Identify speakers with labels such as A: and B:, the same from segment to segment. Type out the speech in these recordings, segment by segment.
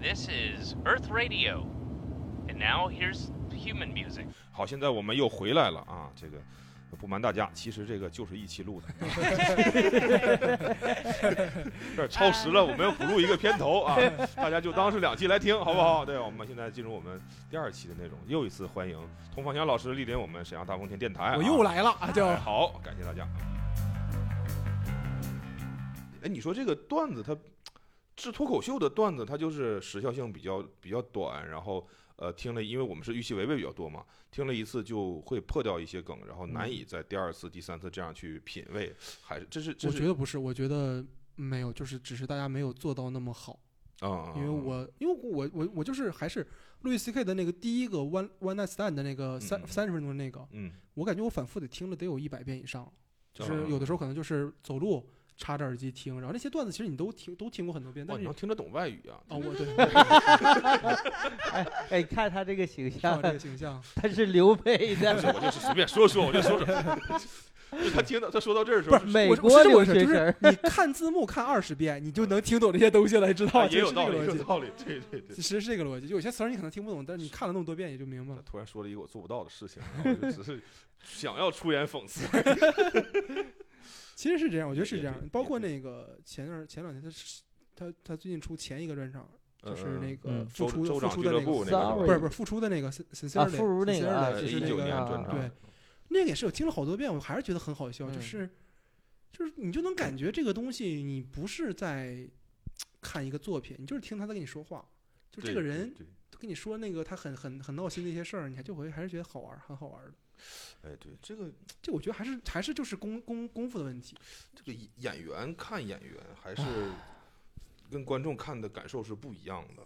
A: This is Earth Radio, and now here's human music.
B: 好，现在我们又回来了啊！这个不瞒大家，其实这个就是一期录的，有点超时了，我们又补录一个片头啊，大家就当是两期来听，好不好？对，我们现在进入我们第二期的内容，又一次欢迎童放祥老师莅临我们沈阳大风天电台、啊，
C: 我又来了啊，就
B: 哎好，感谢大家。哎，你说这个段子它，是脱口秀的段子，它就是时效性比较比较短，然后呃，听了，因为我们是预期违背比较多嘛，听了一次就会破掉一些梗，然后难以在第二次、第三次这样去品味，还是这是这
C: 我觉
B: 是
C: 得不是，我觉得没有，就是只是大家没有做到那么好，
B: 啊，
C: 因为我因为我我我就是还是路易 C K 的那个第一个 one one night stand 的那个三
B: 嗯嗯
C: 三十分钟的那个，
B: 嗯，
C: 我感觉我反复得听了得有一百遍以上，就是
B: 嗯
C: 有的时候可能就是走路插着耳机听，然后那些段子其实你都听都听过很多遍，
B: 哇，
C: 但
B: 你
C: 是
B: 能听得懂外语啊？
C: 哦， 我对，
D: 哎哎，你看他这个形
C: 看
D: 象
C: 哦我，这个形象，
D: 他是刘备
B: 不是，
D: 的
B: 我就是随便说说，我就说说。他听到他说到这儿的时候，
C: 不
D: 美
C: 我
D: 国
C: 是这么
D: 留
C: 回事，就
D: 学生
C: 是
D: 儿，
C: 你看字幕看二十遍，你就能听懂这些东西了，知道
B: 啊
C: 吗？
B: 也有
C: 其实是
B: 道
C: 这
B: 理，有
C: 个逻辑。
B: 道理，对对对
C: 其。实是这个逻辑，有些词儿你可能听不懂，但是你看了那么多遍也就明白
B: 他
C: 了。
B: 突然说了一个我做不到的事情，然后我就只 是想要出言讽刺。
C: 其实是这样，我觉得
B: 也
C: 是
B: 也
C: 这样
B: 对。
C: 包
B: 也
C: 括
B: 对
C: 那个前段前两天他是他他最近出前一个专场，就是那个
D: 嗯
C: 付
B: 周
C: 出
B: 州
C: 付
B: 长
C: 出
B: 俱
C: 的
B: 乐
C: 那
B: 部
C: 个，
B: 那个
C: 不
B: 吧
C: 是不是付出的那个 sincerely
D: 啊付出那个啊
C: sincerely，
B: 呃，
C: 就是
B: 一
C: 那
B: 九
C: 个
B: 年
D: 啊
B: 专场，
C: 对那个也是我听了好多遍，我还是觉得很好笑，就
D: 嗯
C: 是就是你就能感觉这个东西你不是在看一个作品，你就是听他在跟你说话，就
B: 对
C: 这个人
B: 对，
C: 跟你说那个他很很很闹心的一些事儿，你还就会还是觉得好玩儿，很好玩儿的。
B: 对哎，对，这个
C: 这我觉得还是还是就是功功功夫的问题。
B: 这个演员看演员还是
C: 啊
B: 跟观众看的感受是不一样的。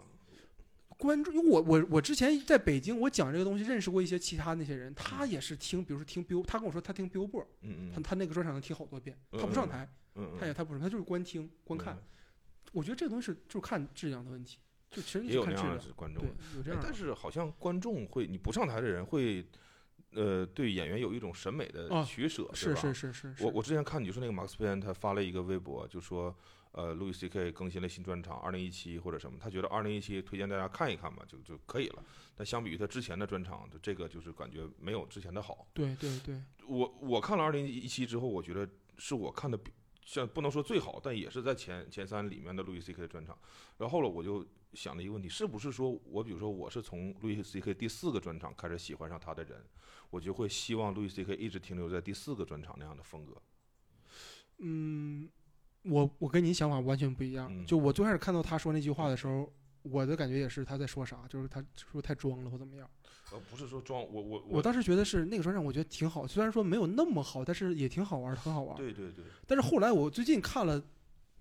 C: 关注，因为我我我之前在北京，我讲这个东西认识过一些其他那些人，他也是听，比如说听 Bill，他跟我说他听 Billboard，
B: 嗯
C: 他
B: 嗯
C: 他那个专场能听好多遍，他不上台，
B: 嗯嗯，
C: 他也他不什么，他就是观听观看。我觉得这个东西是就是看质量的问题，就其实
B: 嗯
C: 你
B: 也
C: 是
B: 有
C: 看
B: 那
C: 质
B: 样
C: 量，
B: 的观众
C: 对，，有这
B: 哎
C: 样的
B: 但是好像观众会，你不上台的人会，呃，对演员有一种审美的
C: 啊
B: 取舍，对
C: 是
B: 吧
C: 是是是，
B: 我我之前看你说那个马克思佩恩，他发了一个微博，就说，呃，路易 C K 更新了新专场，二零一七或者什么，他觉得二零一七推荐大家看一看吧，就就可以了。但相比于他之前的专场，就这个就是感觉没有之前的好。
C: 对对对，
B: 我我看了二零一七之后，我觉得是我看的比像不能说最好，但也是在前前三里面的路易 C K 的专场。然后了，我就想了一个问题，是不是说我比如说我是从路易 C K 第四个专场开始喜欢上他的人，我就会希望路易 C K 一直停留在第四个专场那样的风格？
C: 嗯，我我跟你想法完全不一样。
B: 嗯
C: 就我最开始看到他说那句话的时候，我的感觉也是他在说啥，就是他是不是太装了或怎么样。
B: 呃，不是说装，我我
C: 我当时觉得是那个专场，我觉得挺好，虽然说没有那么好，但是也挺好玩，的，很好玩。
B: 对对对，
C: 但是后来我最近看了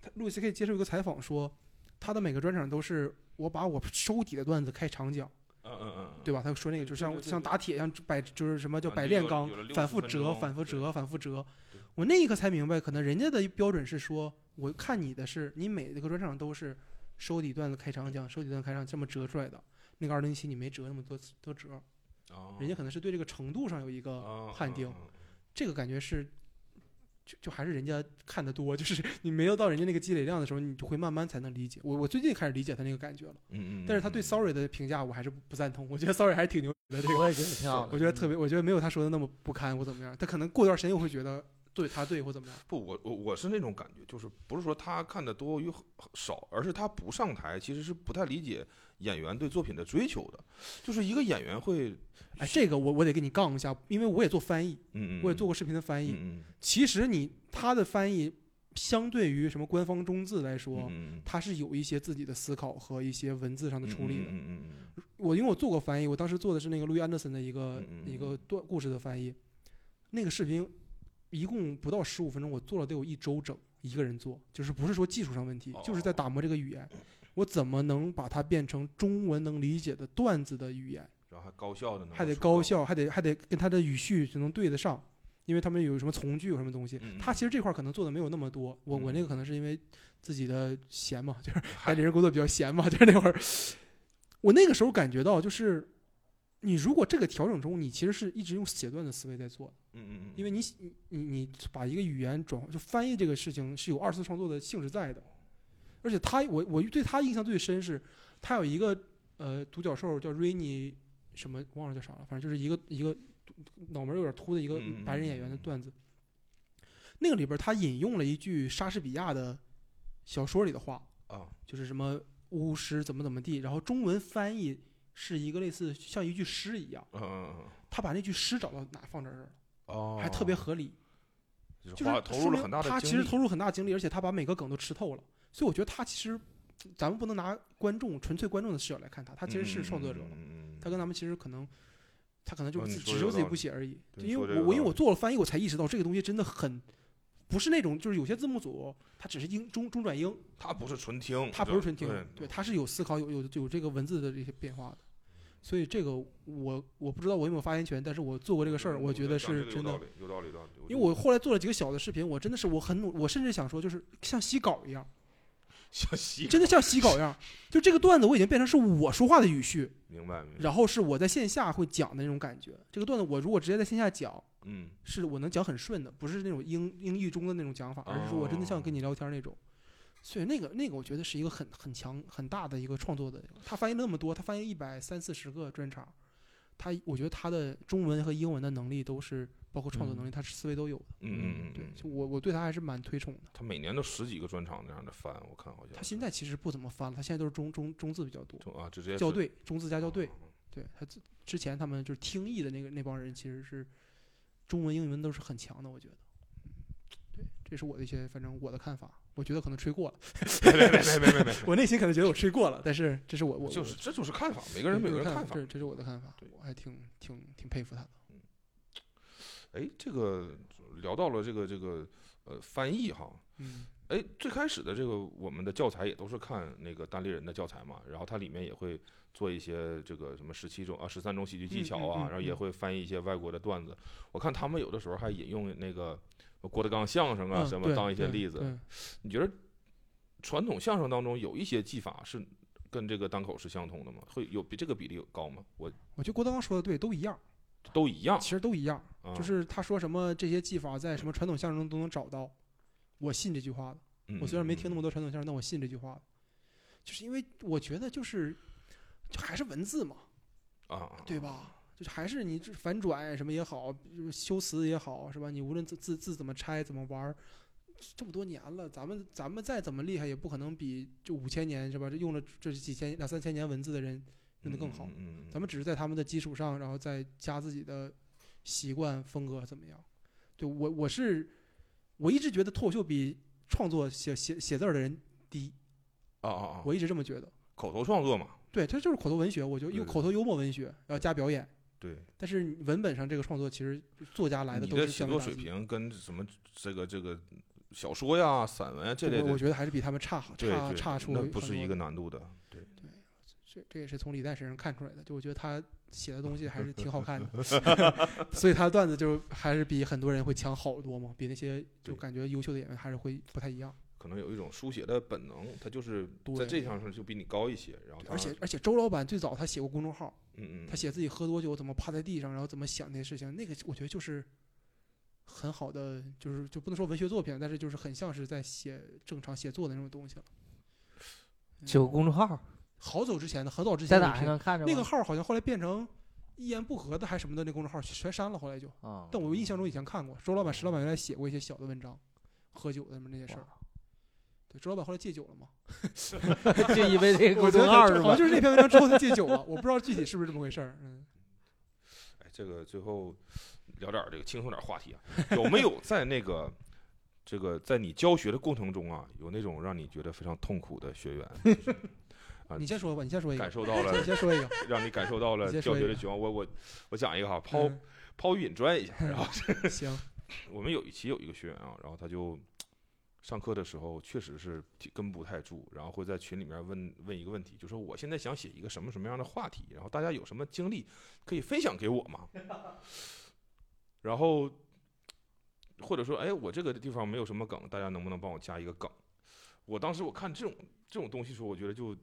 C: 他路易 C K 接受一个采访说，他的每个专场都是我把我收底的段子开长讲，
B: 嗯嗯嗯，
C: 对吧？他说那个就像
B: 对对对
C: 像打铁一样摆，就是什么叫
B: 啊
C: 百
B: 就
C: 炼
B: 有
C: 钢
B: 有了，60
C: 反复
B: 分
C: 折，
B: 钟
C: 反复折，
B: 对
C: 反复折
B: 对。
C: 我那一刻才明白，可能人家的标准是说，我看你的是你每一个专场都是收底段子开长讲，收底段子开长这么折出来的。那个二零一七你没折那么多多折，
B: 啊
C: 人家可能是对这个程度上有一个
B: 啊
C: 判定
B: 啊啊
C: 这个感觉是，就就还是人家看得多，就是你没有到人家那个积累量的时候，你就会慢慢才能理解。我我最近开始理解他那个感觉了，
B: 嗯嗯，
C: 但是他
B: 嗯
C: 对
B: 嗯
C: Sorry 的评价我还是不赞同，我觉得 Sorry 还是挺牛逼的这个，
D: 我也觉得挺好的，
C: 我
B: 嗯
C: 觉得特别，我觉得没有他说的那么不堪或怎么样。他可能过段时间又会觉得对他对或怎么样，
B: 不，我我我是那种感觉，就是不是说他看的多与少，而是他不上台，其实是不太理解演员对作品的追求的，就是一个演员会，
C: 哎，这个我我得跟你杠一下，因为我也做翻译，
B: 嗯嗯，
C: 我也做
B: 过
C: 过视频的翻译。
B: 嗯嗯
C: 其实你他的翻译相对于什么官方中字来说，
B: 嗯嗯
C: 他是有一些自己的思考和一些文字上的
B: 嗯
C: 处理的。
B: 嗯嗯嗯嗯嗯
C: 我因为我做过翻译，我当时做的是那个路易安德森的一个、
B: 嗯嗯嗯
C: 一个段故事的翻译，那个视频一共不到十五分钟，我做了得有一周整，一个人做，就是不是说技术上问题，就是
B: 哦
C: 在打磨这个语言，我怎么能把它变成中文能理解的段子的语言，
B: 然后还高效的呢，
C: 还得高，效，还得还得跟他的语序就能对得上，因为他们有什么从句有什么东西
B: 嗯嗯，
C: 他其实这块儿可能做的没有那么多，我我
B: 嗯
C: 那个可能是因为自己的闲嘛， 就是白领人工作比较闲嘛，就是那会儿，我那个时候感觉到，就是你如果这个调整中，你其实是一直用写段的思维在做，
B: 嗯嗯嗯，
C: 因为你你你你把一个语言转化，就翻译这个事情是有二次创作的性质在的，而且他我我对他印象最深是，他有一个呃独角兽叫瑞尼什么忘了叫啥了，反正就是一个一个脑门儿有点秃的一个
B: 嗯嗯嗯
C: 白人演员的
B: 嗯嗯
C: 段子。那个里边儿他引用了一句莎士比亚的小说里的话，
B: 啊，
C: 就是什么巫师怎么怎么地，然后中文翻译是一个类似像一句诗一样，
B: 嗯嗯嗯，
C: 他把那句诗找到哪放这儿了，
B: 哦，
C: 还特别合理，
B: 就
C: 就是
B: 花投入
C: 说
B: 了
C: 明
B: 很大的
C: 他其
B: 精
C: 实
B: 力，
C: 投入很大精力，而且他把每个梗都吃透了，所以我觉得他其实，咱们不能拿观众纯粹观众的视角来看他，他其实是创作者了，
B: 嗯，嗯嗯嗯嗯
C: 他跟咱们其实可能。他可能就
B: 哦
C: 自
B: 你说
C: 只
B: 有
C: 是自己
B: 道
C: 不
B: 理
C: 写而已，
B: 对
C: 就
B: 你
C: 因
B: 说这
C: 为我
B: 个
C: 我因为
B: 道
C: 我
B: 理
C: 做了翻译，我才意识到这个东西真的很，不是那种就是有些字幕组它只是英中中转英，
B: 他不是纯听，
C: 他不是纯听
B: 嗯对，，
C: 对，他是有思考，有有有这个文字的这些变化的。所以这个我我不知道我有没有发言权，但是我做过这个事儿，我觉得是真
B: 有道
C: 的。
B: 理，有道理，有道理。
C: 因 为我后来做了几个小的视频，我真的是我很努，我甚至想说，就是像洗稿一样，
B: 像西
C: 真的像洗稿一 样。就这个段子我已经变成是我说话的语序，
B: 明白明白，
C: 然后是我在线下会讲的那种感觉。这个段子我如果直接在线下讲，
B: 嗯，
C: 是我能讲很顺的，不是那种英英译中的那种讲法，而是说我真的像跟你聊天那种。所以那个那个，我觉得是一个很很强很大的一个创作的。他翻译那么多，他翻译一百三四十个专场，他我觉得他的中文和英文的能力都是，包括创作能力，他是思维都有的。
B: 嗯嗯嗯
C: 对，
B: 嗯，
C: 就我我对他还是蛮推崇的。
B: 他每年都十几个专场那样的翻，我看好像
C: 他现在其实不怎么翻了，他现在都是中中中字比较多，
B: 就啊，直接
C: 校
B: 是
C: 对中字加校对。，
B: 嗯
C: 对他之之前他们就是听译的那个那帮人，其实是中文、英文都是很强的，我觉得。对，这是我的一些，反正我的看法，我觉得可能吹过了，
B: 别别别别别别，
C: 我内心可能觉得我吹过了，但是这是 我我
B: 就是
C: 我
B: 这就是看法，每个人
C: 对
B: 每个人
C: 这是
B: 看法。
C: 这这是我的看法
B: 对，
C: 我还挺挺挺佩服他的。
B: 哎，这个聊到了这个这个呃翻译哈，
C: 嗯，
B: 哎，最开始的这个我们的教材也都是看那个单立人的教材嘛，然后它里面也会做一些这个什么十七种啊、十三种喜剧技
C: 嗯
B: 巧
C: 嗯
B: 啊，
C: 嗯
B: 然后也
C: 嗯
B: 会翻译一些外国的段子。我看他们有的时候还引用那个郭德纲相声啊
C: 嗯
B: 什么
C: 对
B: 当一些
C: 对
B: 例子。
C: 对
B: 你觉得传统相声当中有一些技法是跟这个单口是相通的吗？会有比这个比例高吗？我
C: 我觉得郭德纲说的对，都一样，
B: 都一样，
C: 其实都一样，
B: 啊
C: 就是他说什么这些技法在什么传统相声中都能找到，我信这句话的。
B: 嗯
C: 我虽然没听那
B: 多，
C: 么多传统相声，但我信这句话，就是因为我觉得就是就还是文字嘛，
B: 啊啊，
C: 对吧？就是还是你这反转什么也好，就是修辞也好，是吧？你无论字字字怎么拆怎么玩儿，这么多年了，咱们咱们再怎么厉害，也不可能比这五千年是吧？这用了这几千两三千年文字的人用的更好。
B: 嗯，嗯嗯
C: 咱们只是在他们的基础上，然后再加自己的习惯风格怎么样？对我我是我一直觉得脱口秀比创作写写写字儿的人低，
B: 啊啊啊，
C: 我一直这么觉得。
B: 口头创作嘛，
C: 对，它就是口头文学，我觉得
B: 对
C: 有
B: 对
C: 口头幽默文学，然后加表演。
B: 对。
C: 但是你文本上这个创作，其实作家来的
B: 你
C: 都
B: 的
C: 是
B: 写
C: 相
B: 作
C: 当
B: 水平跟什么这个这个小说呀、散文啊这类
C: 我我
B: 的，
C: 觉得还是比他们差
B: 对
C: 差
B: 对
C: 差出
B: 那
C: 很
B: 不是
C: 多
B: 一
C: 的
B: 个难度的。对，
C: 这这也是从李诞身上看出来的，就我觉得他写的东西还是挺好看 的，所以他的段子就还是比很多人会强好多嘛，比那些就
B: 对
C: 感觉优秀的演员还是会不太一样。
B: 可能有一种书写的本能，他就是
C: 对
B: 在这项上就比你高一些，哦然后
C: 对
B: 他
C: 而且而且周老板最早他写过公众号，
B: 嗯嗯，
C: 他写自己喝多酒怎么趴在地上，然后怎么想那些事情，那个我觉得就是很好的，就是就不能说文学作品，但是就是很像是在写正常写作的那种东西了。嗯
D: 有个公众号，
C: 好久之前的，很早之前
D: 在
C: 的
D: 哪还
C: 片
D: 能看着吗？
C: 那个号好像后来变成一言不合的还是什么的那公众号全删了，后来就。
D: 啊，
C: 但我印象中以前看过，周老板、石老板原来写过一些小的文章，喝酒的什么那些事儿。对，周老板后来戒酒了嘛？
D: 就因为这个
C: 我
D: 公
C: 觉
D: 众
C: 得
D: 号
C: 好
D: 是
C: 像
D: 吧
C: 就？是那篇文章之后他戒酒了，我不知道具体是不是这么回事儿。 嗯，
B: 哎，这个最后聊点儿这个轻松点儿话题啊，有没有在那个这个在你教学的过程中啊，有那种让你觉得非常痛苦的学员，就是啊
C: 你先说吧，你先说一
B: 感
C: 个，
B: 受到了
C: 你，先说一 个。
B: 让你感受到了
C: 你先
B: 教
C: 说一
B: 学的
C: 个
B: 绝望？我我我讲一个哈，抛
C: 嗯
B: 抛玉引砖一下，然后
C: 行，
B: 我们有一期有一个学员啊，然后他就上课的时候确实是挺跟不太住，然后会在群里面问问一个问题，就说我现在想写一个什么什么样的话题，然后大家有什么经历可以分享给我吗？ 然后或者说，哎，我这个地方没有什么梗，大家能不能帮我加一个梗？我当时我看这种这种东西时候，我觉得就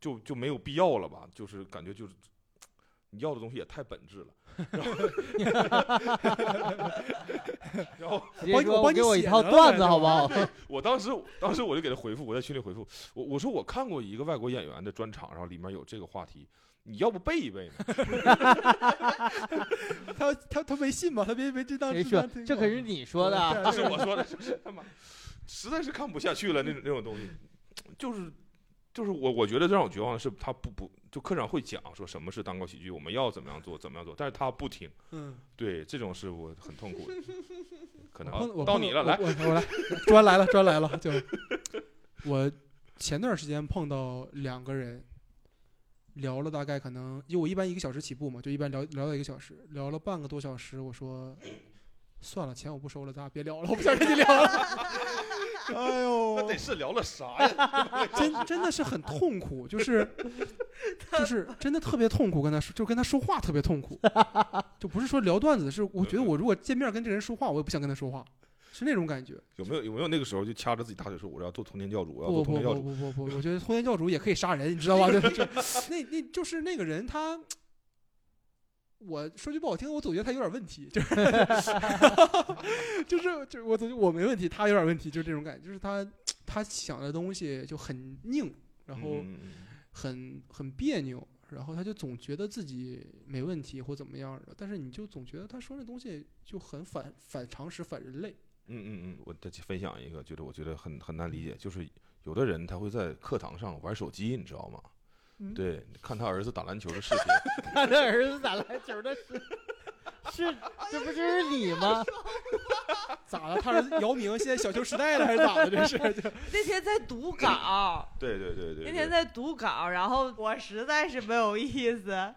B: 就就没有必要了吧，就是感觉就是你要的东西也太本质了。 然后，然后
D: 直
C: 帮你
D: 接说
C: 帮你
D: 给我一
C: 写
D: 套
C: 了
D: 段
C: 呗
D: 子
C: 是
D: 好不好？
B: 我当时，当时我就给他回复，我在群里回复我，我说我看过一个外国演员的专场，然后里面有这个话题，你要不背一背呢？
C: 他他他没信吧？他别没这当
D: 谁
C: 真
D: 说
C: 当真
D: 这哎可是你说的啊？
B: 这是我说的，是不 是？他妈，实在是看不下去了，那种那种东西，就是就是我我觉得让我绝望的是，他不不就课上会讲说什么是单口喜剧，我们要怎么样做，怎么样做，但是他不听，
C: 嗯，
B: 对，这种是我很痛苦的。可能
C: 我碰
B: 啊
C: 我
B: 到
C: 碰
B: 你了，
C: 我
B: 来，
C: 我我来，砖来了砖来了，就我前段时间碰到两个人，聊了大概可能，因为我一般一个小时起步嘛，就一般聊聊到一个小时，聊了半个多小时，我说算了，钱我不收了，咱俩别聊了，我不想跟你聊了。 哎
B: 那
C: 呦
B: 得，是聊了啥呀？
C: 真真的是很痛苦，就是就是真的特别痛苦，跟他说就跟他说话特别痛苦，就不是说聊段子，是我觉得我如果见面跟这人说话，我也不想跟他说话，是那种感觉。
B: 有没有有没有那个时候就掐着自己大腿说我要做通天教主，我要做
C: 不不
B: 通天教
C: 不
B: 主？
C: 不不不，我觉得通天教主也可以杀人，你知道吧？就是那那就是那个人他，我说句不好听，我总觉得他有点问题，就是就是就是我总觉得我没问题，他有点问题，就是这种感觉，就是他他想的东西就很拧，然后
B: 嗯嗯嗯
C: 很很别扭，然后他就总觉得自己没问题或怎么样的，但是你就总觉得他说那东西就很反反常识、反人类。
B: 嗯嗯嗯，我再去分享一个，就是我觉得很很难理解，就是有的人他会在课堂上玩手机，你知道吗？
C: 嗯
B: 对，看他儿子打篮球的 视频，
D: 他的儿子打篮球的是是
C: 哎
D: 这不就是你吗？
C: 咋了？他是姚明现在小球时代了还是咋的？这是？
E: 那天在读稿，
B: 对对对对
E: 那
B: 对，
E: 天在读稿，然后我实在是没有意思，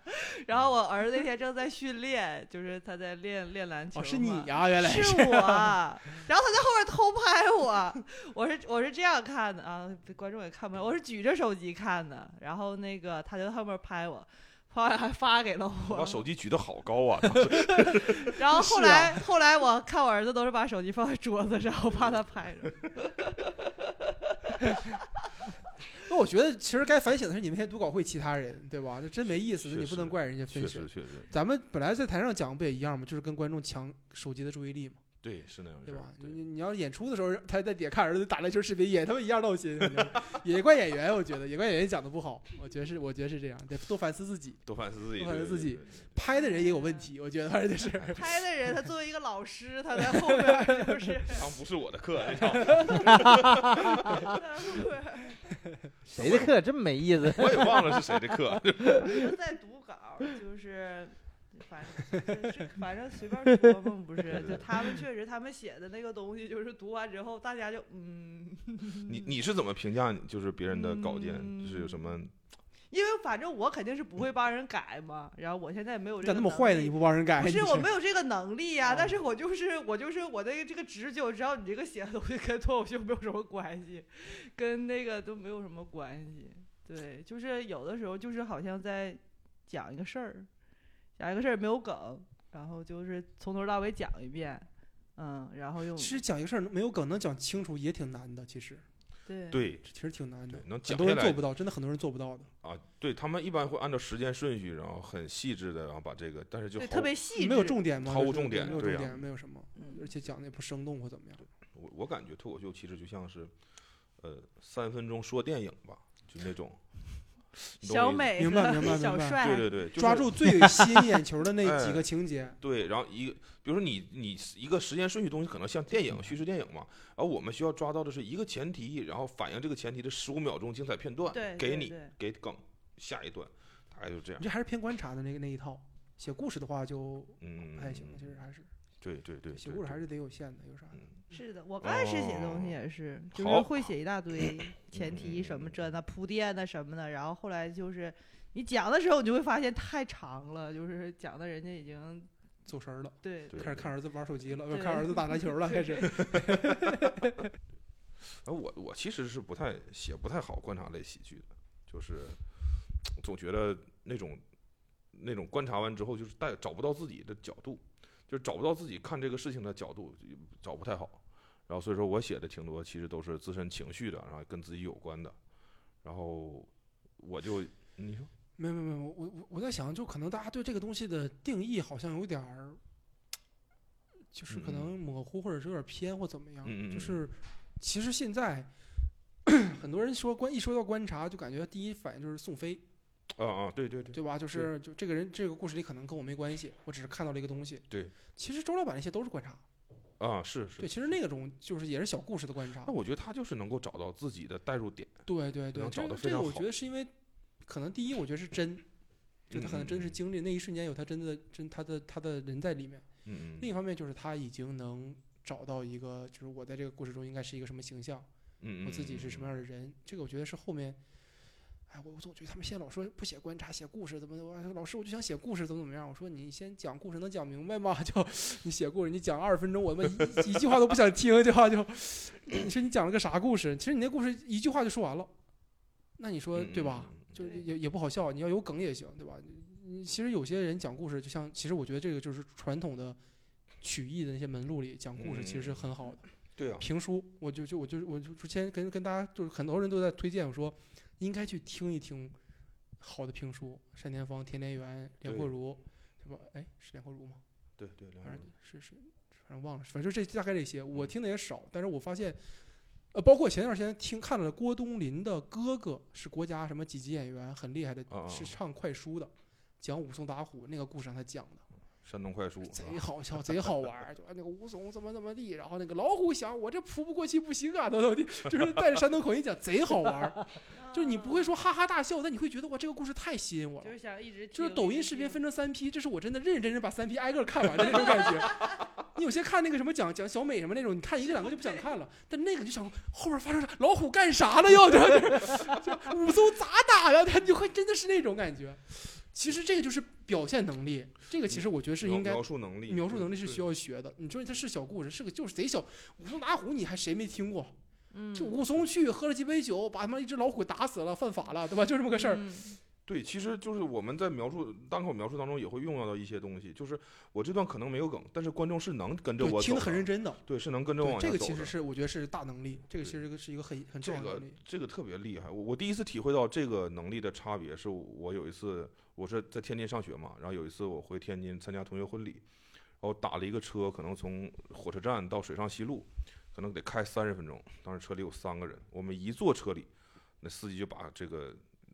E: 然后我儿子那天正在训练，就是他在练练篮球
C: 哦，
E: 嘛，
C: 是你呀、原来
E: 是我，然后他在后面偷拍我，我是我是这样看的啊，观众也看不了，我是举着手机看的，然后那个他就在后面拍我，拍完还发 给了
B: 把
E: 我，
B: 手机举得好高 啊！
E: 然后后
C: 是啊
E: 来、后来我看我儿子都是把手机放在桌子上，我怕他拍 着。
C: 那我觉得其实该反省的是你们先读稿会其他人，对吧？这真没意思，
B: 确
C: 你不
B: 实
C: 能怪人家
B: 确
C: 分
B: 实
C: 神。
B: 确实，
C: 咱们本来在台上讲不也一样吗？就是跟观众抢手机的注意力嘛，
B: 对，是那样
C: 对吧？
B: 对
C: 你你要演出的时候，他在底下看儿子打篮球视频，也他妈一样闹心，反正也怪演员，我觉得也怪演员讲的不好，我觉得是，我觉得是这样，得多反思自己。
B: 多反思自己，
C: 多反
B: 对
C: 思自己。
B: 对对对对
C: 拍的人也有问题，我觉得反正就是。
E: 拍的人，他作为一个老师，他在后 边就是
B: 当不是我的课，那场
E: 在后边
D: 谁的课真没意思。
B: 我也忘了是谁的 课。
E: 不是在读稿，就是反 正是反正随便说嘛，不是？就他们确实，他们写的那个东西，就是读完之后，大家就嗯，
B: 你你是怎么评价就是别人的稿件？就是有什么？
C: 嗯
E: 因为反正我肯定是不会帮人改嘛。然后我现在没有
C: 你
E: 这
C: 咋
E: 个
C: 那么坏呢？
E: 能力
C: 你不帮人改？
E: 不是
C: 你
E: 我没有这个能力呀、
C: 哦
E: 但是我就是我就是我的这个直觉，我知道你这个写的东西跟脱口秀没有什么关系，跟那个都没有什么关系。对，就是有的时候就是好像在讲一个事儿，讲一个事儿没有梗，然后就是从头到尾讲一遍，嗯，然后用
C: 其实讲一个事儿没有梗能讲清楚也挺难的，其实
E: 对
B: 对
C: 其实挺难的
B: 对，，能
C: 很
B: 讲
C: 多
B: 下
C: 人做
B: 来
C: 不到，真的很多人做不到的。
B: 啊？对他们一般会按照时间顺序，然后很细致的，然后把这个，但是就
E: 对
B: 好
E: 特别细致，
C: 没有重点吗？
B: 毫无
C: 就是
B: 重点
C: 没有
B: 对
C: 重
B: 呀
C: 点，没有什么，而
E: 嗯
C: 且讲的也不生动或怎么样。
B: 我我感觉脱口秀其实就像是，呃，三分钟说电影吧，就那种。你懂我
E: 小
B: 意思，
E: 美
C: 明白
E: 和
C: 明白明
E: 小
C: 白
E: 帅，
B: 对对对，就是哎
C: 抓住最 吸引眼球的那几个情节，
B: 对，然后一个，比如说你你一个时间顺序东西，可能像电影叙事电影嘛，然后我们需要抓到的是一个前提，然后反映这个前提的十五秒钟精彩片段，
E: 对
B: 给
E: 对
B: 你
E: 对
B: 给梗，下一段，大概就这样
C: 你。这还是偏观察的那个那一套。写故事的话就
B: 嗯，
C: 不太行了，其实还是
B: 对对对，
C: 写
B: 对
C: 故事还
B: 对
C: 是得有限的，有啥的？
B: 嗯
E: 是的，
C: 哦
E: 我刚开始写东西也是，就是
B: 好
E: 会写一大堆
C: 嗯
E: 前提什么这那铺垫的什么的，然后后来就是你讲的时候，你就会发现太长了，就是讲的人家已经
C: 走神儿了，
E: 对
B: 对
C: 开始看儿子玩手机了，不是
E: 对
C: 看儿子打篮球了，开始。
B: 而我我其实是不太写不太好观察类喜剧的，就是总觉得那种那种观察完之后就是带找不到自己的角度，就是找不到自己看这个事情的角度，找不太好。然后所以说我写的挺多，其实都是自身情绪的，然后跟自己有关的。然后我就你说
C: 没有没有没有，我我我在想，就可能大家对这个东西的定义好像有点儿，就是可能模糊，或者是有点偏，或怎么样。
B: 嗯嗯嗯嗯
C: 就
B: 嗯
C: 是其实现在 很多人说观一说到观察，就感觉第一反应就是宋飞，
B: 啊啊，对对对，
C: 对吧？就是就这个人这个故事里可能跟我没关系，我只是看到了一个东西。
B: 对，
C: 其实周老板那些都是观察。
B: 啊是是
C: 对，。其实那种就是也是小故事的观察
B: 那。我觉得他就是能够找到自己的代入点，
C: 对对对，
B: 能
C: 这
B: 找
C: 个
B: 得
C: 这
B: 非
C: 个
B: 常
C: 我
B: 好
C: 觉得是因为，可能第一我觉得是真，就他可能真
B: 嗯
C: 是经历那一瞬间有他真的真他的他的人在里面。
B: 嗯嗯
C: 另一方面就是他已经能找到一个，就是我在这个故事中应该是一个什么形象，
B: 嗯，
C: 我自己是什么
B: 样，
C: 样的人。这个我觉得是后面，哎，我我总觉得他们现在老说不写观察，写故事怎么的？我老师我就想写故事怎么怎么样。我说你先讲故事能讲明白吗？ 就你写故事，你讲二十分钟，我他妈一一句话都不想听，就就 你说你讲了个啥故事？其实你那故事一句话就说完了，那你说对吧？？就是
E: 对
C: 也也不好笑，你要有梗也行，对吧？你其实有些人讲故事，就像其实我觉得这个就是传统的曲艺的那些门路里讲故事，其实是很好的。
B: 对啊，
C: 评书，我就就我就我就之前跟跟大家就是很多人都在推荐我说，应该去听一听好的评书，单田芳、田连元、
B: 对
C: 梁阔如，什么哎是梁阔如吗？
B: 对对，
C: 反正是是，反正忘了，反正这大概这些，我听的也少，但是我发现，呃，包括前段时间听看了郭冬临的哥哥是国家什么几级演员，很厉害的，
B: 啊啊
C: 是唱快书的，讲武松打虎那个故事让他讲的，
B: 山东快书是
C: 贼
B: 吧？
C: 好笑，贼好玩儿，就那个武松怎么怎么地，然后那个老虎想我这扑不过去不行啊，等等地，就是带着山东口音讲，贼好玩儿，就是你不会说哈哈大笑，但你会觉得哇这个故事太吸引我了
E: 哦就。是想一直
C: 就是
E: 听
C: 抖
E: 一
C: 音
E: 直
C: 视频
E: 听
C: 分成三批，这是我真的认认真真把三批挨个儿看完的那种感觉。 你有些看那个什么讲讲小美什么那种，你看一个两个就不想看了，但那个就想后边发生啥，老虎干啥了又， 就是就武松咋打呀？他就会真的是那种感觉。其实这个就是表现能力，这个其实我觉得是
B: 描
C: 应该
B: 描述能力，
C: 描述能力是需
B: 要
C: 要学的。你说它是小故事，是个就是贼小，武松打虎你还谁没听过？
E: 嗯
C: 就武松去喝了几杯酒，把他妈一只老虎打死了，犯法了，对吧？就这么个事儿。
E: 嗯
B: 对，其实就是我们在描述单口描述当中也会用到到一些东西，就是我这段可能没有梗，但是观众是能跟着
C: 对
B: 我
C: 听
B: 走
C: 得很认
B: 的，
C: 真的，
B: 对，是能跟着
C: 对
B: 往
C: 这
B: 下
C: 个
B: 走
C: 其
B: 的
C: 实是我觉得是大能力，这个
B: 对
C: 其实是个是一个很很
B: 这
C: 重要的
B: 个
C: 能力。
B: 这个特别厉害，我我第一次体会到这个能力的差别，是我有一次我是在天津上学嘛，然后有一次我回天津参加同学婚礼，然后打了一个车，可能从火车站到水上西路，可能得开三十分钟，当时车里有三个人，我们一坐车里，那司机就把这个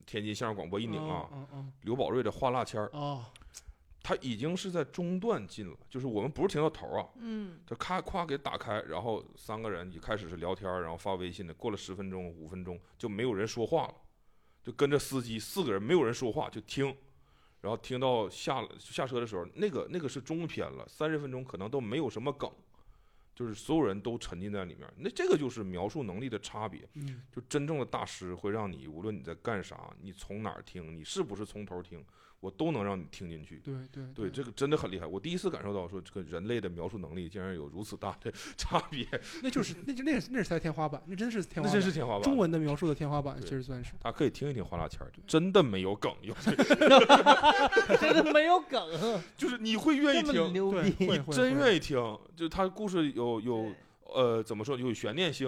B: 天津相声广播一拧啊，
C: 嗯嗯
B: 刘宝瑞的画蜡签儿，
C: 嗯哦，
B: 他已经是在中段进了，就是我们不是停到头儿啊，
E: 嗯
B: 他咔夸给打开，然后三个人一开始是聊天儿，然后发微信的，过了十分钟、五分钟就没有人说话了，就跟着司机四个人没有人说话就听，然后听到下了下车的时候，那个那个是中篇了，三十分钟可能都没有什么梗，就是所有人都沉浸在里面，那这个就是描述能力的差别。
C: 嗯，
B: 就真正的大师会让你，无论你在干啥，你从哪儿听，你是不是从头听，我都能让你听进去。
C: 对对
B: 对，这个真的很厉害。我第一次感受到说，这个人类的描述能力竟然有如此大的 差别，
C: 那就是那就那那才天花板，那真是天
B: 那
C: 花
B: 真
C: 板，
B: 是天花板。
C: 中，文的描述的天花板，
B: 对
C: 其实算是。
B: 大家可以听一听花拉签儿，真的 没有梗，有
D: 真的没有梗，
B: 就是你会愿意
D: 这么
B: 听，
D: 牛
C: 对，
D: 逼，
C: 会
B: 你
C: 会
B: 真
C: 会
B: 愿意听。就他故事有有
E: 对
B: 呃，怎么说有悬念性，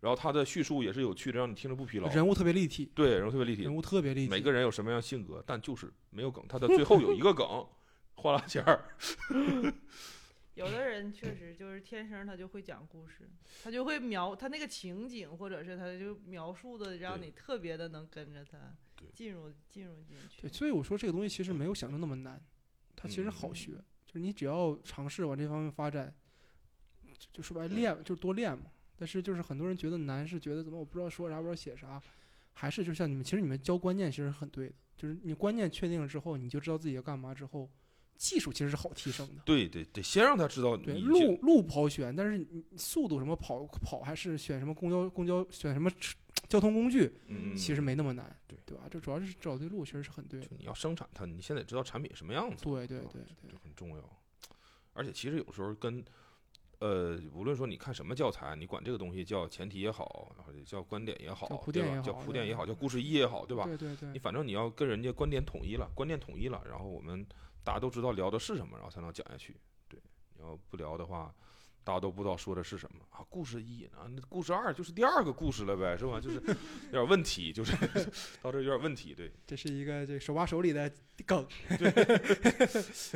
B: 然后他的叙述也是有趣的，让你听着不疲劳。
C: 人物特别立体，
B: 对，人物特别立体
C: 人，物特别立体。
B: 每个人有什么样性格，但就是没有梗。他的最后有一个梗， 花拉签儿。
E: 有的人确实就是天生他就会讲故事，他就会描他那个情景，或者是他就描述的让
B: 对
E: 你特别的能跟着他
B: 对
E: 进入进入进去
C: 对，。所以我说这个东西其实没有想象那么难，它其实好
B: 嗯
C: 学，就是你只要尝试往这方面发展，就就说白了练就是多练嘛。但是就是很多人觉得难，是觉得怎么我不知道说啥，不知道写啥，还是就像你们，其实你们教观念其实很对的，就是你观念确定了之后，你就知道自己要干嘛之后，技术其实是好提升的。
B: 对，得得先让他知道
C: 对
B: 你这
C: 路路不好选，但是你速度什么跑跑还是选什么公交公交选什么车交通工具，
B: 嗯，
C: 其实没那么难，
B: 对
C: 对吧？这主要是找对路，其实是很对的
B: 就。你要生产它，你现在知道产品什么样子，
C: 对对
B: 吧
C: 对对
B: 这，很重要。而且其实有时候跟，呃，无论说你看什么教材，你管这个东西叫前提也好，然后叫观点也好，
C: 叫铺
B: 对
C: 垫
B: 吧
C: 也
B: 叫
C: 好
B: 铺
C: 对
B: 垫也好，叫故事一也好，对吧？
C: 对对对
B: 你，反正你要跟人家观点统一了，观念统一了，然后我们大家都知道聊的是什么，然后才能讲下去。对，你要不聊的话，大家都不知道说的是什么啊。故事一啊，那故事二就是第二个故事了呗，是吧？就是有点问题，就是 到这儿有点问题，对。
C: 这是一个这手把手里的梗。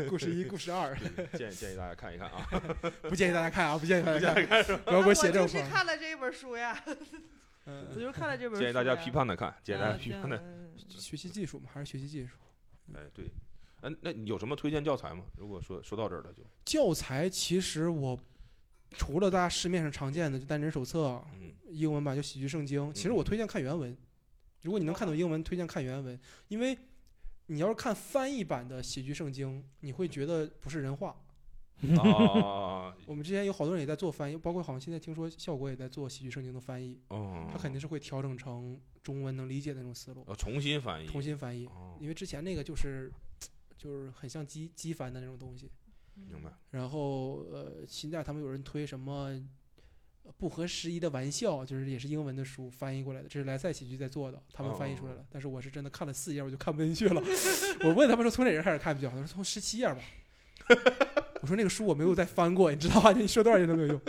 C: 故事一、故事二，
B: 对建建议大家看一看啊，
C: 不建议大家看啊，不建议大家看，不要给我写这
E: 哎
C: 种
E: 就是
C: 话。
E: 看了这本书呀，我
C: 嗯，
E: 就是看了这本书
B: 建
E: 呀。
B: 议大家批判的看，建议大家
E: 啊
B: 批判
E: 这
B: 的。
E: 样嗯
C: 学习技术嘛，还是学习技术。
B: 哎，对，嗯，那你有什么推荐教材吗？如果说说到这儿了就，
C: 教材其实我除了大家市面上常见的就单人手册、
B: 嗯，
C: 英文版就喜剧圣经，其实我推荐看原文。如果你能看懂英文，推荐看原文，因为你要是看翻译版的喜剧圣经，你会觉得不是人话。
B: 啊，
C: 我们之前有好多人也在做翻译，包括好像现在听说效果也在做喜剧圣经的翻译，
B: 哦，
C: 他肯定是会调整成中文能理解的那种思路，
B: 要重新翻译，
C: 重新翻译。
B: 哦，
C: 因为之前那个就是就是很像机机翻的那种东西。
B: 明白。
C: 然后呃，现在他们有人推什么呃不合时宜的玩笑，就是也是英文的书翻译过来的，这是莱赛喜剧在做的，他们翻译出来了。但是我是真的看了四页，我就看不进去了。我问他们说从哪页开始看比较好，他说从十七页吧。我说那个书我没有再翻过，你知道吧？你说多少页都没有用。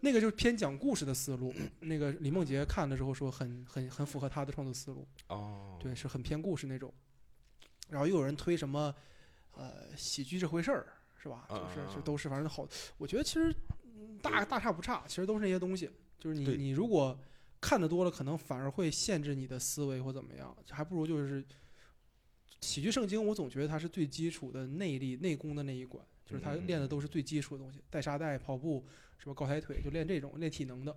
C: 那个就是偏讲故事的思路，那个李梦洁看了之后说很很很符合他的创作思路。
B: 哦，
C: 对，是很偏故事那种。然后又有人推什么，呃，喜剧这回事儿是吧？就
B: 啊啊
C: 是
B: 啊
C: 就都是反正好，我觉得其实嗯大大差不差，其实都是那些东西。就是你
B: 对
C: 你如果看的多了，可能反而会限制你的思维或怎么样，还不如就是喜剧圣经。我总觉得它是最基础的内力内功的那一关，就是他
B: 嗯嗯
C: 练的
B: 嗯
C: 都是最基础的东西，带沙袋、跑步，什么高抬腿，就练这种练体能的。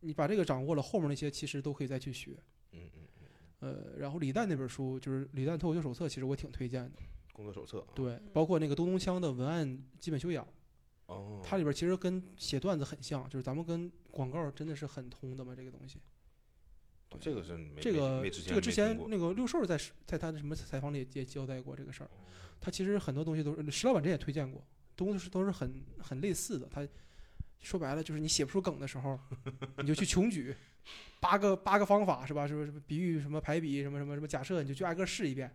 C: 你把这个掌握了，后面那些其实都可以再去学。
B: 嗯嗯，嗯
C: 呃，然后李诞那本书就是《李诞脱口秀手册》，其实我挺推荐的。
B: 工作手册啊，
C: 对，包括那个东东锵的文案基本修养，
B: 哦，
C: 它里边其实跟写段子很像，就是咱们跟广告真的是很通的嘛，这个东西。
B: 哦这个是没
C: 这个
B: 没
C: 这个之
B: 没
C: 前
B: 听过
C: 那个六兽在是在他的什么采访里也交代过这个
B: 哦
C: 事儿，他其实很多东西都是石老板之前也推荐过，东西是都是很很类似的。他说白了就是你写不出梗的时候，你就去穷举八个八个方法是吧？是不是什么比喻什么排比什么什么什么假设，你就去挨个试一遍。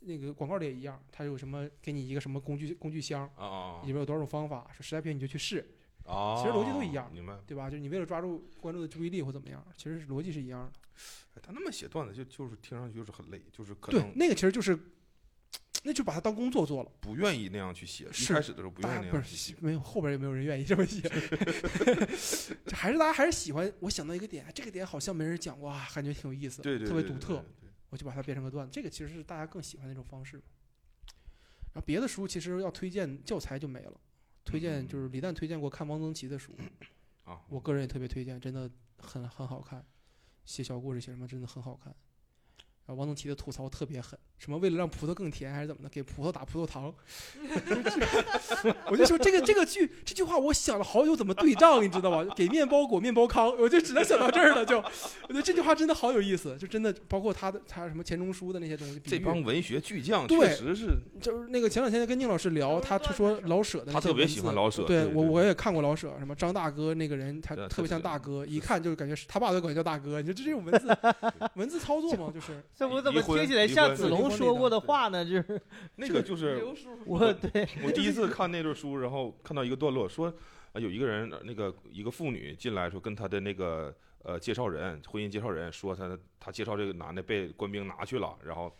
C: 那个广告里也一样，他有什么给你一个什么工具工具箱，
B: 啊啊
C: 里边有多少种方法，说实在不行你就去试，
B: 啊啊，
C: 其实逻辑都一样
B: 明白。
C: 对吧？就是你为了抓住观众的注意力或怎么样，其实是逻辑是一样的。
B: 哎他那么写段子就就是听上去就是很累，就是可
C: 对，
B: 能
C: 那个其实就是，那就把它当工作做了。
B: 不愿意那样去写，一
C: 是
B: 开始的时候不
C: 大
B: 愿
C: 家
B: 意那
C: 不
B: 样去
C: 是
B: 写。
C: 没有，后边也没有人愿意这么写， 就还是大家还是喜欢。我想到一个点，这个点好像没人讲过啊，感觉挺有意思，
B: 对对，
C: 特别
B: 对
C: 独
B: 对
C: 特，
B: 对
C: 我就把它变成个段子。这个其实是大家更喜欢的那种方式。然后别的书其实要推荐教材就没了，推荐就是李诞推荐过看汪曾祺的书，
B: 啊，
C: 我个人也特别推荐，真的很很好看，写小故事写什么真的很好看。然后汪曾祺的吐槽特别狠，什么为了让葡萄更甜还是怎么的，给葡萄打葡萄糖。 我就说这个这个句这句话，我想了好久怎么对仗，你知道吧？给面包裹面包糠，我就只能想到这儿了。就我觉得这句话真的好有意思，就真的包括他的他什么钱钟书的那些东西，比
B: 这
C: 喻
B: 帮文学巨匠
C: 对
B: 确实是
C: 就是那个前两天跟宁老师聊，他他说老舍的那些文
B: 他
C: 字，
B: 特别喜欢老舍
C: 对
B: 对
C: 我
B: 对
C: 我也看过老舍，什么张大哥那个人，他
B: 对
C: 特别像
B: 对对
C: 大哥，一看就是感觉是他爸都管他叫大哥，你说这这种文 字文字操作嘛，就是
D: 这我怎么
B: 离婚
D: 听起来
B: 离
D: 像
B: 婚
D: 子龙说过的
C: 对
D: 话呢？就是
B: 那个就是
E: 刘叔，
D: 我对，
B: 我第一次看那段书，然后看到一个段落说，呃、有一个人，呃那个一个妇女进来说，跟她的那个呃介绍人，婚姻介绍人说她她介绍这个男的被官兵拿去了，然后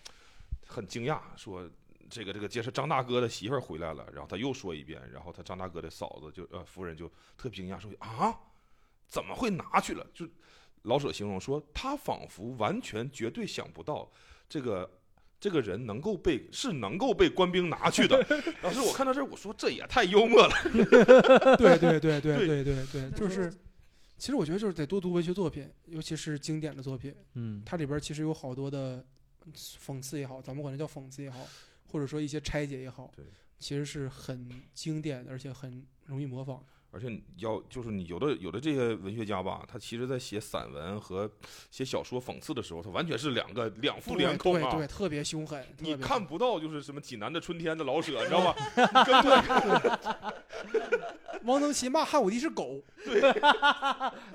B: 很惊讶说。这个这个介绍张大哥的媳妇儿回来了，然后他又说一遍，然后他张大哥的嫂子就呃夫人就特惊讶说啊，怎么会拿去了？就老舍形容说，他仿佛完全绝对想不到这个这个人能够被是能够被官兵拿去的。当时我看到这儿，我说这也太幽默了。
C: 对对对对
B: 对
C: 对对对，就
E: 那时候
C: 是其实我觉得就是得多读文学作品，尤其是经典的作品，
D: 嗯，
C: 它里边其实有好多的讽刺也好，咱们管它叫讽刺也好，或者说一些拆解也好
B: 对，
C: 其实是很经典，而且很容易模仿。
B: 而且你要就是你有的有的这些文学家吧，他其实在写散文和写小说讽刺的时候，他完全是两个两副
C: 对
B: 两空
C: 对对，
B: 啊。
C: 特别凶狠。特
B: 你
C: 别
B: 看不到就是什么济南的春天的老舍，你知 道吧？你根本
C: 汪曾祺骂汉武帝是狗，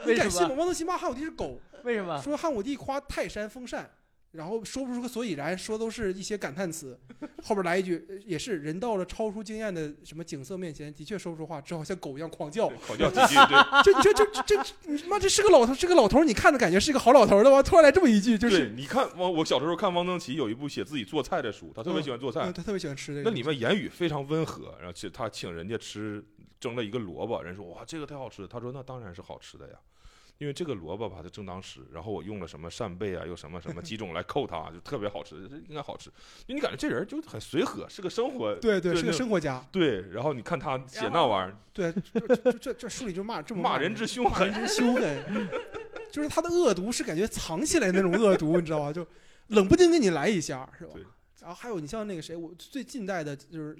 D: 为
C: 你敢
D: 什
C: 信吗？
D: 么？
C: 汪曾�祺骂汉武帝是狗，
D: 为什么？
C: 说汉武帝夸泰山封禅，然后说不出个所以然，说都是一些感叹词，后边来一句，呃也是人到了超出经验的什么景色面前，的确说不出话，只好像狗一样狂叫
B: 对，考教几句，对
C: 这这这这这，你妈这是个老头，是个老头儿，你看着感觉是个好老头儿的吧？突然来这么一句，就是
B: 对，你看汪，我小时候看汪曾祺有一部写自己做菜的书，他特别喜欢做菜
C: 嗯，，他特别喜欢吃这个
B: 那
C: 东西。
B: 里面言语非常温和，然后其实他请人家吃蒸了一个萝卜，人说哇这个太好吃了，他说那当然是好吃的呀，因为这个萝卜吧它正当时，然后我用了什么扇贝啊，又什么什么几种来扣它，就特别好吃，这应该好吃，因为你感觉这人就很随和，是个生活
C: 对对，
B: 对
C: 是个
B: 那
C: 生活家。
B: 对，然后你看他写那玩意儿，
C: 对，这这这这书里就骂这么
B: 骂人之凶
C: 骂人
B: 狠，
C: 之凶狠， 就是他的恶毒是感觉藏起来的那种恶毒，你知道吧？就冷不丁给你来一下，是吧
B: 对？
C: 然后还有你像那个谁，我最近代的就是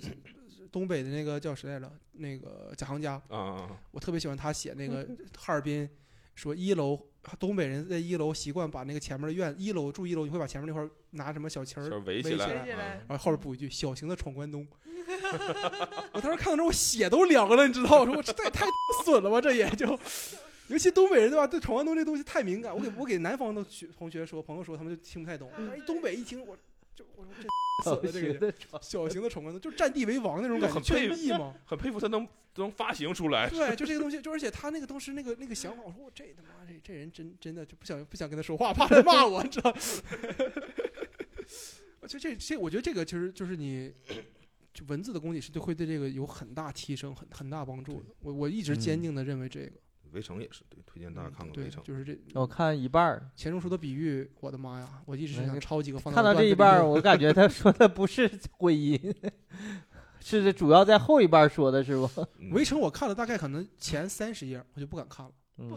C: 东北的那个叫谁来着？那个贾行家，
B: 啊啊，啊
C: 我特别喜欢他写那个哈尔滨，说一楼东北人在一楼习惯把那个前面的院，一楼住一楼，你会把前面那块儿拿什么小旗儿
B: 就是嗯围
C: 围
B: 起
E: 围起
B: 来，
E: 来
B: 啊
C: 然后后边补一句“小型的闯关东” 。我当时看到这，我血都凉了，你知道？我说我这也太损了吧，这也就。尤其东北人对吧？对闯关东这东西太敏感。我给我给南方的学同学说、朋友说，他们就听不太懂。但是东北一听，我就我说这损了这个
D: 学
C: 人。
D: 的床
C: 小型的闯关东就是占地为王那种
B: 就
C: 感觉，
B: 很
C: 确
B: 佩服
C: 立嘛。
B: 很佩服他能能发行出来，
C: 对，就这个东西，就而且他那个当时那个那个想法，我说我这他妈这这人真真的就不想不想跟他说话，怕他骂我，你知道？就这这， 我觉得这个其实就是你就文字的功底是对会对这个有很大提升、很很大帮助的。我我一直坚
D: 嗯
C: 定的认为这个，
B: 围城也是对，推荐大家看看
C: 嗯对，
B: 围城。
C: 就是这
D: 我看一半儿，
C: 钱钟书的比喻，我的妈呀，我一直
D: 哎
C: 想抄几个放
D: 看到
C: 我
D: 这
C: 段
D: 一
C: 子里
D: 半儿，
C: 用
D: 我感觉他说的不是婚姻， 是这主要在后一半儿说的是不？
B: 嗯
C: 围城我看了大概可能前三十页，我就不敢看了。
D: 嗯，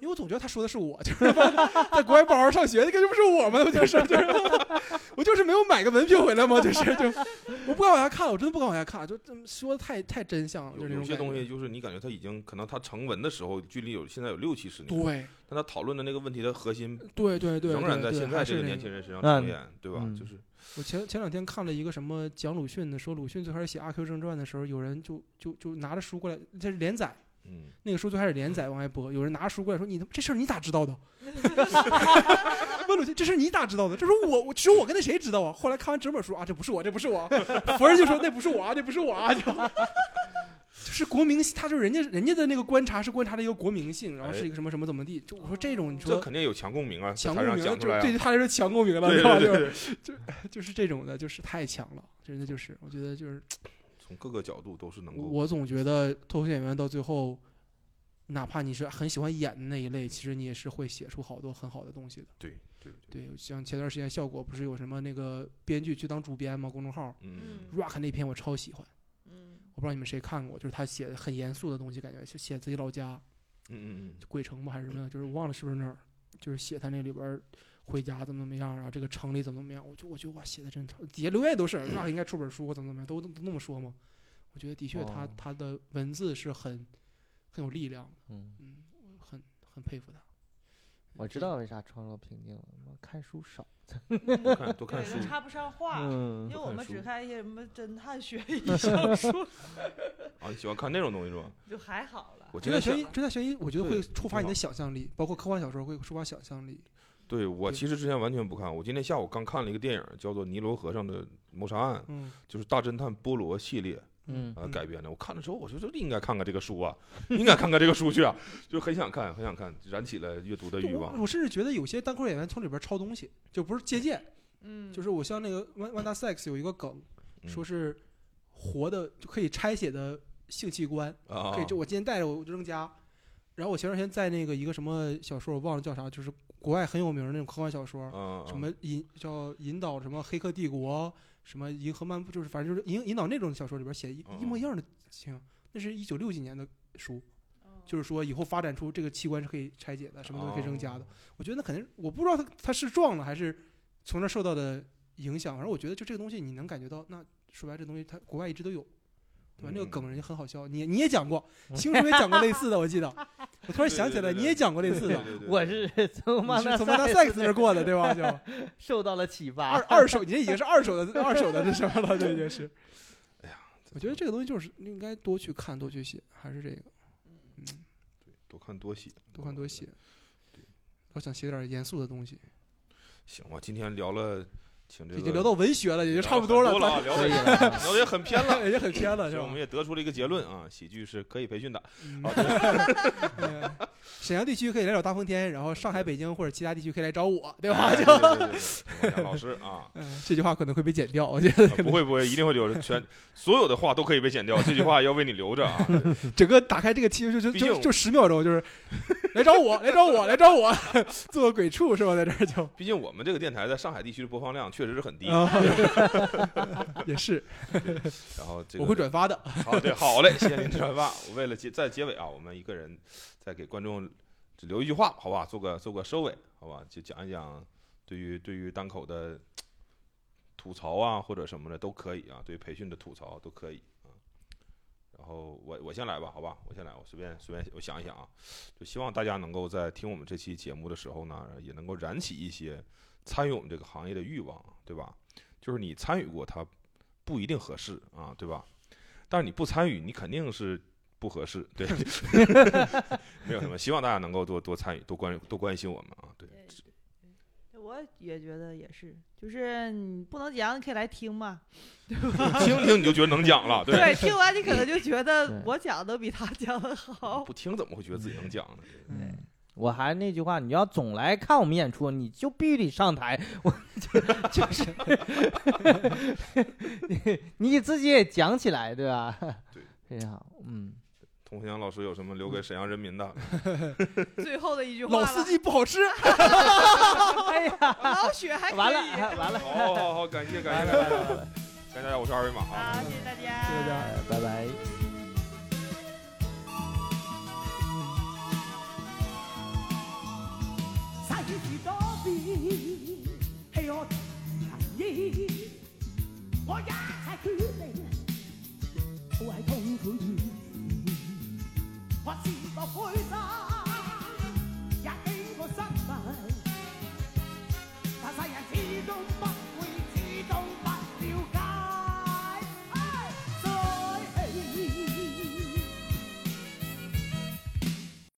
C: 因为我总觉得他说的是我，就是 在国外不好好上学，那个就不是我吗？不就是就是，我就是没有买个文凭回来吗？就是就，我不敢往下看，我真的不敢往下看，就这么说的太太真相了，就
B: 有
C: 是那
B: 有
C: 种
B: 些东
C: 感
B: 西
C: 觉。
B: 就是你感觉他已经可能他成文的时候，距离有现在有六七十年，
C: 对
B: 但他讨论的那个问题的核心
C: 对对对，
B: 仍然在
C: 对
B: 现
C: 还
B: 在
C: 是
B: 这个
C: 那
B: 年
C: 个
B: 轻人身上
D: 嗯
B: 重演，对吧
D: 嗯？
B: 就是
C: 我前前两天看了一个什么讲鲁迅的，说鲁迅最开始写《阿 Q 正传》的时候，有人就就就拿着书过来，这是连载，
B: 嗯，
C: 那个书最开始连载往外播，有人拿书过来说：“你他妈这事儿你咋知道的？” 问鲁迅：“这事儿你咋知道的？”这说我我只有我跟那谁知道啊。后来看完整本书啊，这不是我，这不是我。 佛人就说：“那不是我啊，这不是我啊。就” 就是国民，他就是人家人家的那个观察是观察的一个国民性，然后是一个什么什么怎么地。就我说这种你
B: 哎这
C: 说
B: 肯定有强共鸣啊，
C: 强
B: 才
C: 共
B: 让
C: 鸣了，
B: 讲
C: 就
B: 出来啊。
C: 对他来说强共鸣了，
B: 对
C: 是吧？
B: 对
C: 就
B: 对
C: 是
B: 对，
C: 就是这种的，就是太强了，真的就是我觉得就是
B: 从各个角度都是能够
C: 我总觉得脱口秀演员到最后，哪怕你是很喜欢演的那一类，其实你也是会写出好多很好的东西的。
B: 对对对，
C: 对，像前段时间效果不是有什么那个编剧去当主编吗？公众号
B: 嗯，
E: 嗯
C: Rock 那篇我超喜欢，
E: 嗯
C: 我不知道你们谁看过，就是他写的很严肃的东西，感觉是写自己老家
B: 嗯嗯 嗯，
C: 桂城吗还是什么，就是我忘了是不是那儿，就是写他那里边儿回家怎么怎么样，然后这个城里怎么怎么样，我就我觉得哇写的真好，底下留言都是 Rock 应该出本书怎么怎么样，都都都那么说吗？我觉得的确他、
D: 哦
C: 他的文字是很很有力量的，
D: 嗯，
C: 嗯，我很很佩服他。嗯
D: 我知道为啥创作瓶颈了，我看书少。
B: 多看多看
E: 对，
B: 书
E: 他，插不上话。
D: 嗯
E: 因为我们只
B: 书
E: 看一些什么侦 探悬疑小说，
B: 啊，你喜欢看那种东西是吧？
E: 就还好了。
B: 我
C: 侦
B: 今天
C: 探悬
B: 想
C: 疑，侦探悬疑，我觉得会
B: 对
C: 触发
B: 挺好
C: 你的想象力，包括科幻小说会触发想象力。
B: 对我
C: 对
B: 其实之前完全不看，我今天下午刚看了一个电影，叫做《尼罗河上的谋杀案》，
C: 嗯
B: 就是大侦探波罗系列，
D: 嗯
B: 啊
C: 嗯
B: 改编的。我看的时候，我觉得应该看看这个书啊，应该看看这个书去啊，就很想看，很想看，燃起了阅读的
C: 对
B: 欲
C: 我
B: 望。
C: 我甚至觉得有些单口演员从里边抄东西，就不是借鉴，
E: 嗯，
C: 就是是我像那个 Wanda Wanda Sykes 有一个梗，
B: 嗯
C: 说是活的就可以拆解的性器官，
B: 啊，
C: 可以就我今天带着我我就扔家。然后我前段时间在那个一个什么小说，我忘了叫啥，就是国外很有名的那种科幻小说，
B: 啊
C: 什么引叫引导什么《黑客帝国》什么《银河漫步》，就是反正就是引引导那种小说里边写一
B: 嗯
C: 一模一样的情况，那是一九六几年的书，
E: 嗯
C: 就是说以后发展出这个器官是可以拆解的，什么东西可以扔
B: 哦
C: 家的。我觉得那肯定，我不知道他他是撞了还是从那受到的影响，反正我觉得就这个东西你能感觉到，那说白了这东西它国外一直都有。对
B: 嗯
C: 吧？那个梗人家很好笑，你你也 讲过，星叔也讲过类似的，我记得。我突然想起
B: 对对
C: 来，
B: 对对
C: 你也讲过类似
B: 对
C: 的，
B: 对对
D: 我
B: 对
D: 是 从
C: 你
D: 曼
C: 是
D: 纳
C: 从 Wanda
D: 塞
C: Sykes 那儿过的，对吧？就
D: 受到了启发。嗯
C: 二二手，你这已经是二手的二手的这什么了？这已经是。
B: 哎呀，
C: 我觉得这个东西就是应该多去看，多去写，还是这个
B: 多看多写，
C: 多看多写
B: 对。
C: 我想写点严肃的东西，
B: 行吧，今天聊了，请这
C: 已
B: 个
C: 经聊到文学了，也就
B: 聊
C: 差不
B: 很
C: 多
B: 了啊，
C: 了，
B: 聊
D: 可
B: 的
D: 以
B: 聊
D: 了。
B: 的也很偏了。
C: 也很偏 了，是
B: 所以我
C: 吧
B: 们？也得出了一个结论啊，喜剧是可以培训的。
C: 嗯嗯 沈阳地区可以来找大风天，然后上海、北京或者其他地区可以来找 我，对吧？
B: 对对对对对，老师 啊，
C: 嗯，这句话可能会被剪掉， 我觉得可
B: 不
C: 能
B: 会不会，一定会留着，全所有的话都可以被剪掉，这句话要为你留着啊。
C: 整个打开这个期就就
B: 毕竟
C: 就就十秒钟，就是来找 我，来找我，来找我，做个鬼畜是吧？在这儿就
B: 毕竟我们这个电台在上海地区的播放量确实是很低，
C: 啊， 也是，
B: 然后这个
C: 我会转发的。
B: 好，啊对，好嘞，谢谢您转发。我为了结在结尾啊，我们一个人再给观众只留一句话，好吧，做个做个收尾，好吧，就讲一讲对于对于单口的吐槽啊或者什么的都可以啊，对于培训的吐槽都可以啊。然后我我先来吧，好吧，我先来，我随便随便我想一想啊，就希望大家能够在听我们这期节目的时候呢，也能够燃起一些参与我们这个行业的欲望，啊对吧？就是你参与过它不一定合适啊，对吧？但是你不参与，你肯定是不合适，对， 没有什么。希望大家能够多多参与，多关多关心我们啊，对，
E: 我也觉得也是，就是你不能讲，你可以来听嘛。
B: 听听你就觉得能讲了， 对，
E: 听完你可能就
D: 对
E: 觉得我讲的比他讲的好。
B: 不听怎么会觉得自己能讲呢？
D: 嗯，我还是那句话，你要总来看我们演出，你就必须得上台。 我就就是 你你自己也讲起来，对吧？
B: 对，
D: 非常好，嗯，
B: 佟湘老师有什么留给沈阳人民的？
E: 最后的一句话
C: 老
E: 了，
C: 司机不好吃，
D: 哎呀，
E: 老雪还可以。
D: 完了完了，
B: 好好好好，感谢
D: 完
B: 感
D: 了
B: 谢
D: 完
B: 感
D: 了完了，
B: 谢大家，我是二维码啊
E: 好，。谢谢大家，
C: 谢谢大家。
D: 哎拜拜。
F: 사기지 더비 헤어 아니 뭐야 그래 我爱痛苦，我是个灰渣。